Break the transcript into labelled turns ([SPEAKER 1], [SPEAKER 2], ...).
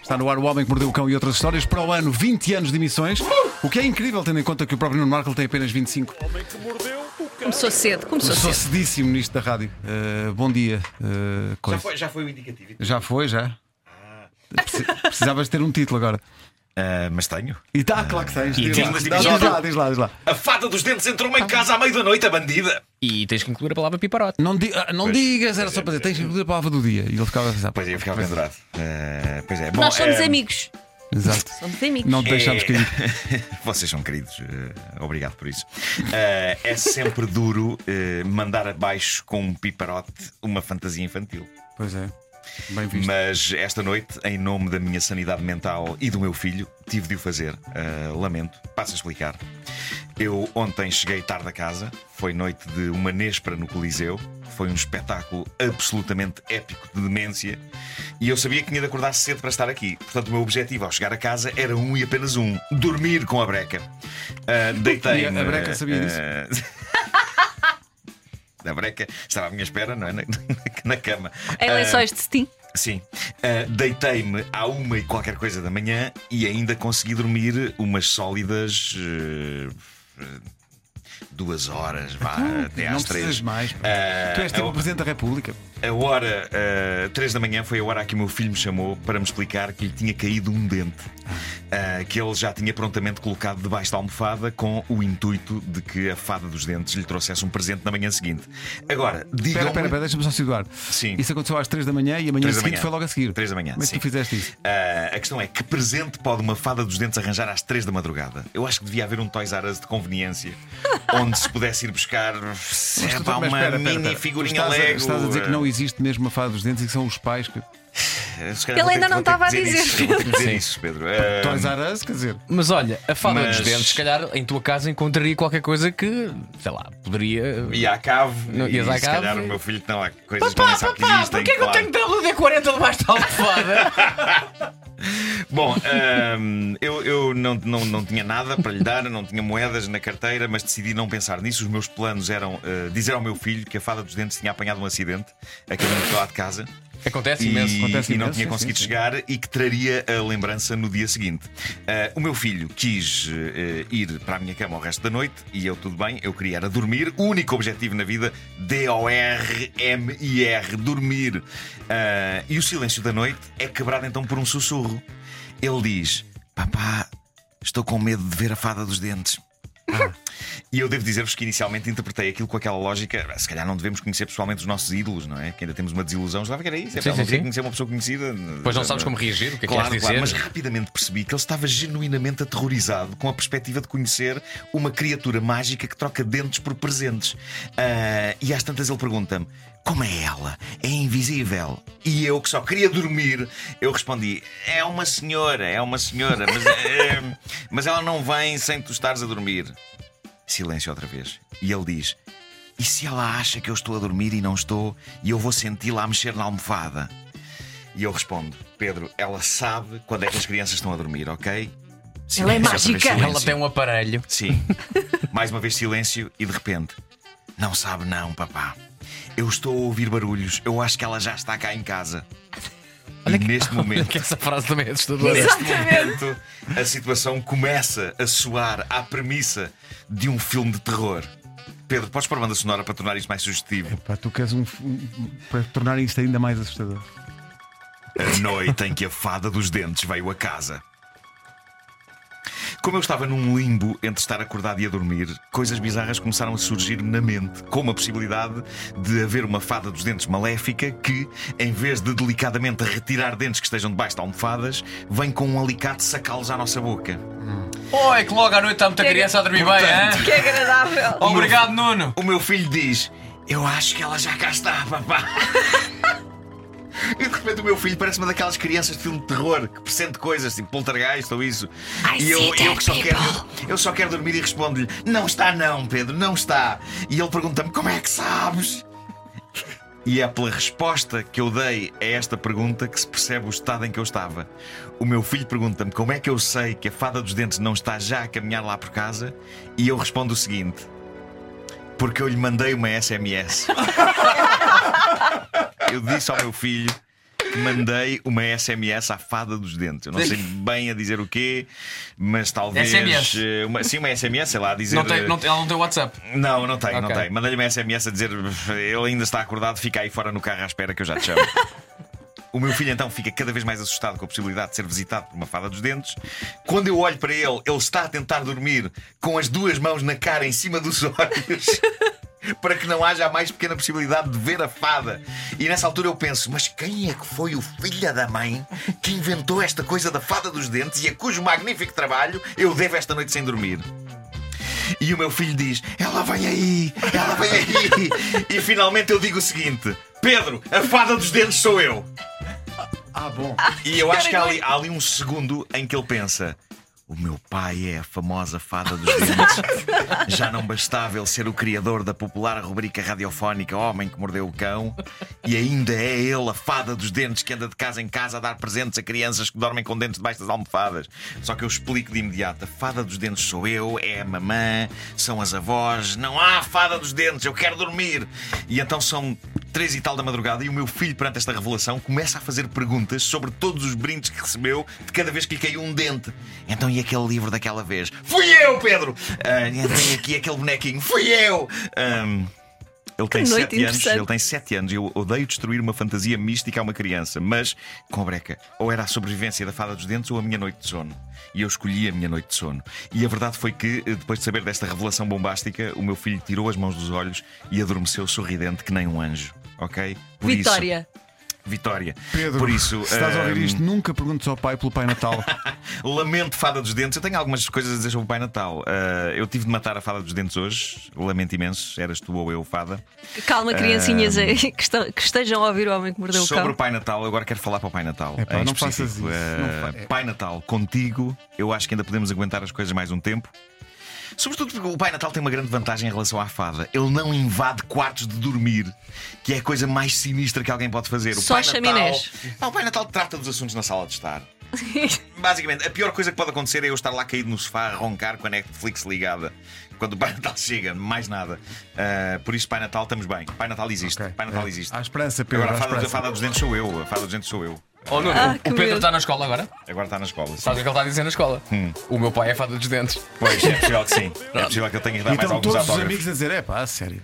[SPEAKER 1] Está no ar o Homem que Mordeu o Cão e outras histórias para o ano 20 anos de emissões, o que é incrível tendo em conta que o próprio Nuno Marco tem apenas 25.
[SPEAKER 2] Começou cedo, começou
[SPEAKER 1] Sou
[SPEAKER 2] cedo.
[SPEAKER 1] cedíssimo nisto da rádio. Uh, bom dia. uh, coisa.
[SPEAKER 3] Já foi, já foi o indicativo.
[SPEAKER 1] Já foi, já? Preci- Precisavas ter um título agora.
[SPEAKER 3] Ah, mas tenho.
[SPEAKER 1] E está, claro que tens.
[SPEAKER 4] e
[SPEAKER 1] Diz
[SPEAKER 4] diz-
[SPEAKER 1] lá,
[SPEAKER 3] mas
[SPEAKER 1] Não,
[SPEAKER 3] diz-
[SPEAKER 1] diz lá, diz lá. Diz lá.
[SPEAKER 3] A fada dos dentes entrou uma em casa à meia da noite, a bandida.
[SPEAKER 4] E tens que incluir a palavra piparote.
[SPEAKER 1] Não, di- ah, não digas, era só para dizer, tens que incluir a palavra do dia. E ele ficava a pensar,
[SPEAKER 3] Pois é, eu ficava pendurado. Ah, pois é. Bom,
[SPEAKER 2] Nós somos
[SPEAKER 3] ah,
[SPEAKER 2] amigos.
[SPEAKER 1] Exato.
[SPEAKER 2] Somos amigos.
[SPEAKER 1] Não te deixamos
[SPEAKER 3] É.
[SPEAKER 1] cair.
[SPEAKER 3] Vocês são queridos, eh, obrigado por isso. Eh, é sempre duro eh, mandar abaixo com um piparote uma fantasia infantil.
[SPEAKER 1] Pois é. Bem visto.
[SPEAKER 3] Mas esta noite, em nome da minha sanidade mental e do meu filho, tive de o fazer. Eh, lamento, passo a explicar. Eu ontem cheguei tarde a casa, foi noite de uma néspera no Coliseu, foi um espetáculo absolutamente épico de demência e eu sabia que tinha de acordar cedo para estar aqui. Portanto, o meu objetivo ao chegar a casa era um e apenas um: dormir com a breca. Eh, Deitei.
[SPEAKER 1] E a- a breca sabia disso?
[SPEAKER 3] Ah, A breca estava à minha espera, não é? Na, na cama.
[SPEAKER 2] Em
[SPEAKER 3] Eh,
[SPEAKER 2] É lençóis de cetim.
[SPEAKER 3] Sim. Ah, Deitei-me à uma e qualquer coisa da manhã e ainda consegui dormir umas sólidas. eh, eh, duas horas, vá, até
[SPEAKER 1] Então, Não
[SPEAKER 3] é às
[SPEAKER 1] precisas
[SPEAKER 3] três.
[SPEAKER 1] mais. pá.
[SPEAKER 3] Ah,
[SPEAKER 1] Tu és tipo
[SPEAKER 3] a-
[SPEAKER 1] o Presidente da República.
[SPEAKER 3] a hora, ah, três da manhã, foi a hora a que o meu filho me chamou para me explicar que lhe tinha caído um dente. ah, que ele já tinha prontamente colocado debaixo da almofada com o intuito de que a fada dos dentes lhe trouxesse um presente na manhã seguinte. Agora,
[SPEAKER 1] Espera,
[SPEAKER 3] digam
[SPEAKER 1] espera, espera, deixa-me só situar.
[SPEAKER 3] Sim.
[SPEAKER 1] Isso aconteceu às 3 da manhã e amanhã
[SPEAKER 3] Três da
[SPEAKER 1] seguinte
[SPEAKER 3] manhã.
[SPEAKER 1] foi logo a seguir.
[SPEAKER 3] Três da manhã,
[SPEAKER 1] Mas tu
[SPEAKER 3] sim.
[SPEAKER 1] fizeste isso.
[SPEAKER 3] Ah, a questão é que presente pode uma fada dos dentes arranjar às 3 da madrugada? Eu acho que devia haver um Toys R Us de conveniência onde se pudesse ir buscar sei
[SPEAKER 1] Mas tu-
[SPEAKER 3] lá,
[SPEAKER 1] mas
[SPEAKER 3] É uma
[SPEAKER 1] espera, espera,
[SPEAKER 3] mini
[SPEAKER 1] espera.
[SPEAKER 3] figurinha
[SPEAKER 1] estás
[SPEAKER 3] Lego.
[SPEAKER 1] A, estás a dizer que não existe mesmo uma fada dos dentes e que são os pais que.
[SPEAKER 3] Ah, se calhar
[SPEAKER 2] Ele
[SPEAKER 3] vou ter
[SPEAKER 2] ainda
[SPEAKER 3] que-
[SPEAKER 2] não
[SPEAKER 3] vou ter
[SPEAKER 2] estava
[SPEAKER 3] que
[SPEAKER 2] a dizer,
[SPEAKER 3] Isso, vou ter que dizer isso, Pedro. Ah,
[SPEAKER 1] Toys R Us, quer dizer.
[SPEAKER 4] Mas olha, a fada
[SPEAKER 3] Mas-
[SPEAKER 4] dos dentes, se calhar em tua casa encontraria qualquer coisa que, sei lá, poderia.
[SPEAKER 3] Ah, e à cave,
[SPEAKER 4] Não,
[SPEAKER 3] e
[SPEAKER 4] ias à
[SPEAKER 3] se
[SPEAKER 4] cave?
[SPEAKER 3] calhar o meu filho tem lá coisas que
[SPEAKER 4] Papá,
[SPEAKER 3] não sabe que
[SPEAKER 4] papá,
[SPEAKER 3] existem.
[SPEAKER 4] porquê é que eu
[SPEAKER 3] claro.
[SPEAKER 4] tenho WD-40 debaixo da almofada?
[SPEAKER 3] Bom, ahm, eu, eu não, não, não tinha nada para lhe dar, não tinha moedas na carteira, mas decidi não pensar nisso. Os meus planos eram ah, dizer ao meu filho que a fada dos dentes tinha apanhado um acidente a caminho de lá de casa.
[SPEAKER 4] Acontece
[SPEAKER 3] e,
[SPEAKER 4] imenso.
[SPEAKER 1] acontece
[SPEAKER 3] e não
[SPEAKER 1] imenso,
[SPEAKER 3] tinha
[SPEAKER 1] sim,
[SPEAKER 3] conseguido
[SPEAKER 1] sim, sim.
[SPEAKER 3] chegar e que traria a lembrança no dia seguinte. Ah, o meu filho quis eh, ir para a minha cama o resto da noite e eu, tudo bem, eu queria era dormir. O único objetivo na vida, D-O-R-M-I-R, dormir. Ah, e o silêncio da noite é quebrado então por um sussurro. Ele diz: Papá, estou com medo de ver a fada dos dentes. E eu devo dizer-vos que inicialmente interpretei aquilo com aquela lógica. "Ah, Se calhar não devemos conhecer pessoalmente os nossos ídolos, não é? Que ainda temos uma desilusão. Já que era isso. É
[SPEAKER 4] Sim,
[SPEAKER 3] pá,
[SPEAKER 4] sim,
[SPEAKER 3] não queria
[SPEAKER 4] sim.
[SPEAKER 3] conhecer uma pessoa conhecida.
[SPEAKER 4] Depois não sabes como reagir, o que é que
[SPEAKER 3] Claro,
[SPEAKER 4] queres
[SPEAKER 3] claro,
[SPEAKER 4] dizer?
[SPEAKER 3] mas rapidamente percebi que ele estava genuinamente aterrorizado com a perspectiva de conhecer uma criatura mágica que troca dentes por presentes. Ah, e às tantas ele pergunta-me: como é ela? É invisível. E eu, que só queria dormir, eu respondi: é uma senhora, é uma senhora, mas, eh, mas ela não vem sem tu estares a dormir. Silêncio outra vez. E ele diz: E se ela acha que eu estou a dormir e não estou, e eu vou senti-la a mexer na almofada? E eu respondo: Pedro, ela sabe quando é que as crianças estão a dormir, ok?
[SPEAKER 2] Ela é
[SPEAKER 3] Silêncio outra vez,
[SPEAKER 2] mágica.
[SPEAKER 3] silêncio.
[SPEAKER 4] Ela tem um aparelho.
[SPEAKER 3] Sim. Mais uma vez silêncio e de repente. Não sabe não, papá. Eu estou a ouvir barulhos. Eu acho que ela já está cá em casa. e neste momento.
[SPEAKER 4] Que essa frase também é assustadora.
[SPEAKER 3] Neste momento, a situação começa a soar à premissa de um filme de terror. Pedro, podes pôr a banda sonora para tornar isto mais sugestivo?
[SPEAKER 1] Pá, tu queres um. um- para tornar isto ainda mais assustador.
[SPEAKER 3] A noite em que a fada dos dentes veio a casa. Como eu estava num limbo entre estar acordado e a dormir, coisas bizarras começaram a surgir-me na mente, como a possibilidade de haver uma fada dos dentes maléfica que, em vez de delicadamente retirar dentes que estejam debaixo de almofadas, vem com um alicate sacá-los à nossa boca.
[SPEAKER 4] Oh, é que logo à noite está muita
[SPEAKER 2] Que-
[SPEAKER 4] criança a dormir bem,
[SPEAKER 3] Portanto-
[SPEAKER 4] hein?
[SPEAKER 2] Que agradável.
[SPEAKER 4] Obrigado, Nuno.
[SPEAKER 3] O meu filho diz: Eu acho que ela já cá está, papá. E de repente o meu filho parece uma daquelas crianças de filme de terror que pressente coisas, tipo poltergeist ou isso.
[SPEAKER 2] I
[SPEAKER 3] e eu,
[SPEAKER 2] see
[SPEAKER 3] eu que só
[SPEAKER 2] dead
[SPEAKER 3] quero, eu só quero dormir e respondo-lhe: Não está, não, Pedro, não está. E ele pergunta-me: Como é que sabes? E é pela resposta que eu dei a esta pergunta que se percebe o estado em que eu estava. O meu filho pergunta-me como é que eu sei que a fada dos dentes não está já a caminhar lá por casa, e eu respondo o seguinte: porque eu lhe mandei uma SMS. eu disse ao meu filho que mandei uma SMS à fada dos dentes. Eu não sei bem a dizer o quê, mas talvez.
[SPEAKER 4] SMS.
[SPEAKER 3] eh, Uma, sim, uma SMS, sei lá, a dizer.
[SPEAKER 4] Não tem, não tem- ela não tem WhatsApp.
[SPEAKER 3] Não, não tem, não
[SPEAKER 4] Ok.
[SPEAKER 3] tem. Mandei-lhe uma SMS a dizer ele ainda está acordado, fica aí fora no carro à espera que eu já te chamo. O meu filho então fica cada vez mais assustado com a possibilidade de ser visitado por uma fada dos dentes. Quando eu olho para ele, ele está a tentar dormir com as duas mãos na cara em cima dos olhos. Para que não haja a mais pequena possibilidade de ver a fada. E nessa altura eu penso, mas quem é que foi o filho da mãe que inventou esta coisa da fada dos dentes e a cujo magnífico trabalho eu devo esta noite sem dormir? E o meu filho diz: Ela vem aí, ela vem aí. e finalmente eu digo o seguinte: Pedro, a fada dos dentes sou eu.
[SPEAKER 1] Ah, bom.
[SPEAKER 3] E eu acho que há ali, há ali um segundo em que ele pensa. O meu pai é a famosa fada dos dentes. Já não bastava ele ser o criador da popular rubrica radiofónica Homem que Mordeu o Cão, e ainda é ele a fada dos dentes que anda de casa em casa a dar presentes a crianças que dormem com dentes debaixo das almofadas. Só que eu explico de imediato: a fada dos dentes sou eu, é a mamã, são as avós, não há fada dos dentes, eu quero dormir. E então são três e tal da madrugada e o meu filho, perante esta revelação, começa a fazer perguntas sobre todos os brindes que recebeu de cada vez que lhe caiu um dente. Então, e aquele livro daquela vez? Fui eu, Pedro! Ah, e tem aqui aquele bonequinho, fui eu! Ahm, ele tem,
[SPEAKER 2] noite
[SPEAKER 3] sete anos,
[SPEAKER 2] interessante.
[SPEAKER 3] ele tem sete anos e eu odeio destruir uma fantasia mística a uma criança, mas com breca, ou era a sobrevivência da fada dos dentes ou a minha noite de sono. E eu escolhi a minha noite de sono. E a verdade foi que, eh, depois de saber desta revelação bombástica, o meu filho tirou as mãos dos olhos e adormeceu sorridente que nem um anjo. Ok? Por isso-
[SPEAKER 2] Vitória.
[SPEAKER 3] Vitória.
[SPEAKER 1] Pedro,
[SPEAKER 3] Por isso, hum,
[SPEAKER 1] se estás a ouvir
[SPEAKER 3] ahm,
[SPEAKER 1] isto, nunca perguntes ao pai pelo Pai Natal.
[SPEAKER 3] Lamento Fada dos Dentes. Eu tenho algumas coisas a dizer sobre o Pai Natal. Ah, eu tive de matar a Fada dos Dentes hoje. Lamento imenso. Eras tu ou eu, Fada.
[SPEAKER 2] Calma, criancinhas aí que, estão- que estejam a ouvir o homem que mordeu o
[SPEAKER 3] sobre o
[SPEAKER 2] cão.
[SPEAKER 3] Pai Natal, eu agora quero falar para o Pai Natal.
[SPEAKER 1] Epá,
[SPEAKER 3] em
[SPEAKER 1] não
[SPEAKER 3] específico.
[SPEAKER 1] faças isso.
[SPEAKER 3] Ah,
[SPEAKER 1] Não fa- é.
[SPEAKER 3] Pai Natal, contigo, eu acho que ainda podemos aguentar as coisas mais um tempo. Sobretudo porque o Pai Natal tem uma grande vantagem em relação à fada. Ele não invade quartos de dormir, que é a coisa mais sinistra que alguém pode fazer. O
[SPEAKER 2] Só
[SPEAKER 3] Pai
[SPEAKER 2] chaminés.
[SPEAKER 3] Natal... Ah, o Pai Natal trata dos assuntos na sala de estar. Basicamente, a pior coisa que pode acontecer é eu estar lá caído no sofá a roncar com a Netflix ligada. Quando o Pai Natal chega, mais nada. Ah, por isso, Pai Natal, estamos bem. Pai Natal existe.
[SPEAKER 1] Ok.
[SPEAKER 3] Pai Natal
[SPEAKER 1] É,
[SPEAKER 3] existe.
[SPEAKER 1] Há esperança, Pedro.
[SPEAKER 3] Agora,
[SPEAKER 1] há
[SPEAKER 3] a fada, a
[SPEAKER 1] esperança.
[SPEAKER 3] fada dos dentes sou eu. A fada dos dentes sou eu.
[SPEAKER 4] Oh, Nuno,
[SPEAKER 2] Ah,
[SPEAKER 4] o
[SPEAKER 2] que
[SPEAKER 4] Pedro
[SPEAKER 2] medo.
[SPEAKER 4] está na escola agora?
[SPEAKER 3] Agora está na escola.
[SPEAKER 4] Sabes o que ele está a dizer na escola? O meu pai é fada dos dentes.
[SPEAKER 3] Pois, é possível que sim. É possível que eu tenha que dar
[SPEAKER 1] E
[SPEAKER 3] mais
[SPEAKER 1] estão
[SPEAKER 3] alguns
[SPEAKER 1] todos os
[SPEAKER 3] autógrafos.
[SPEAKER 1] amigos a dizer: é pá, a sério.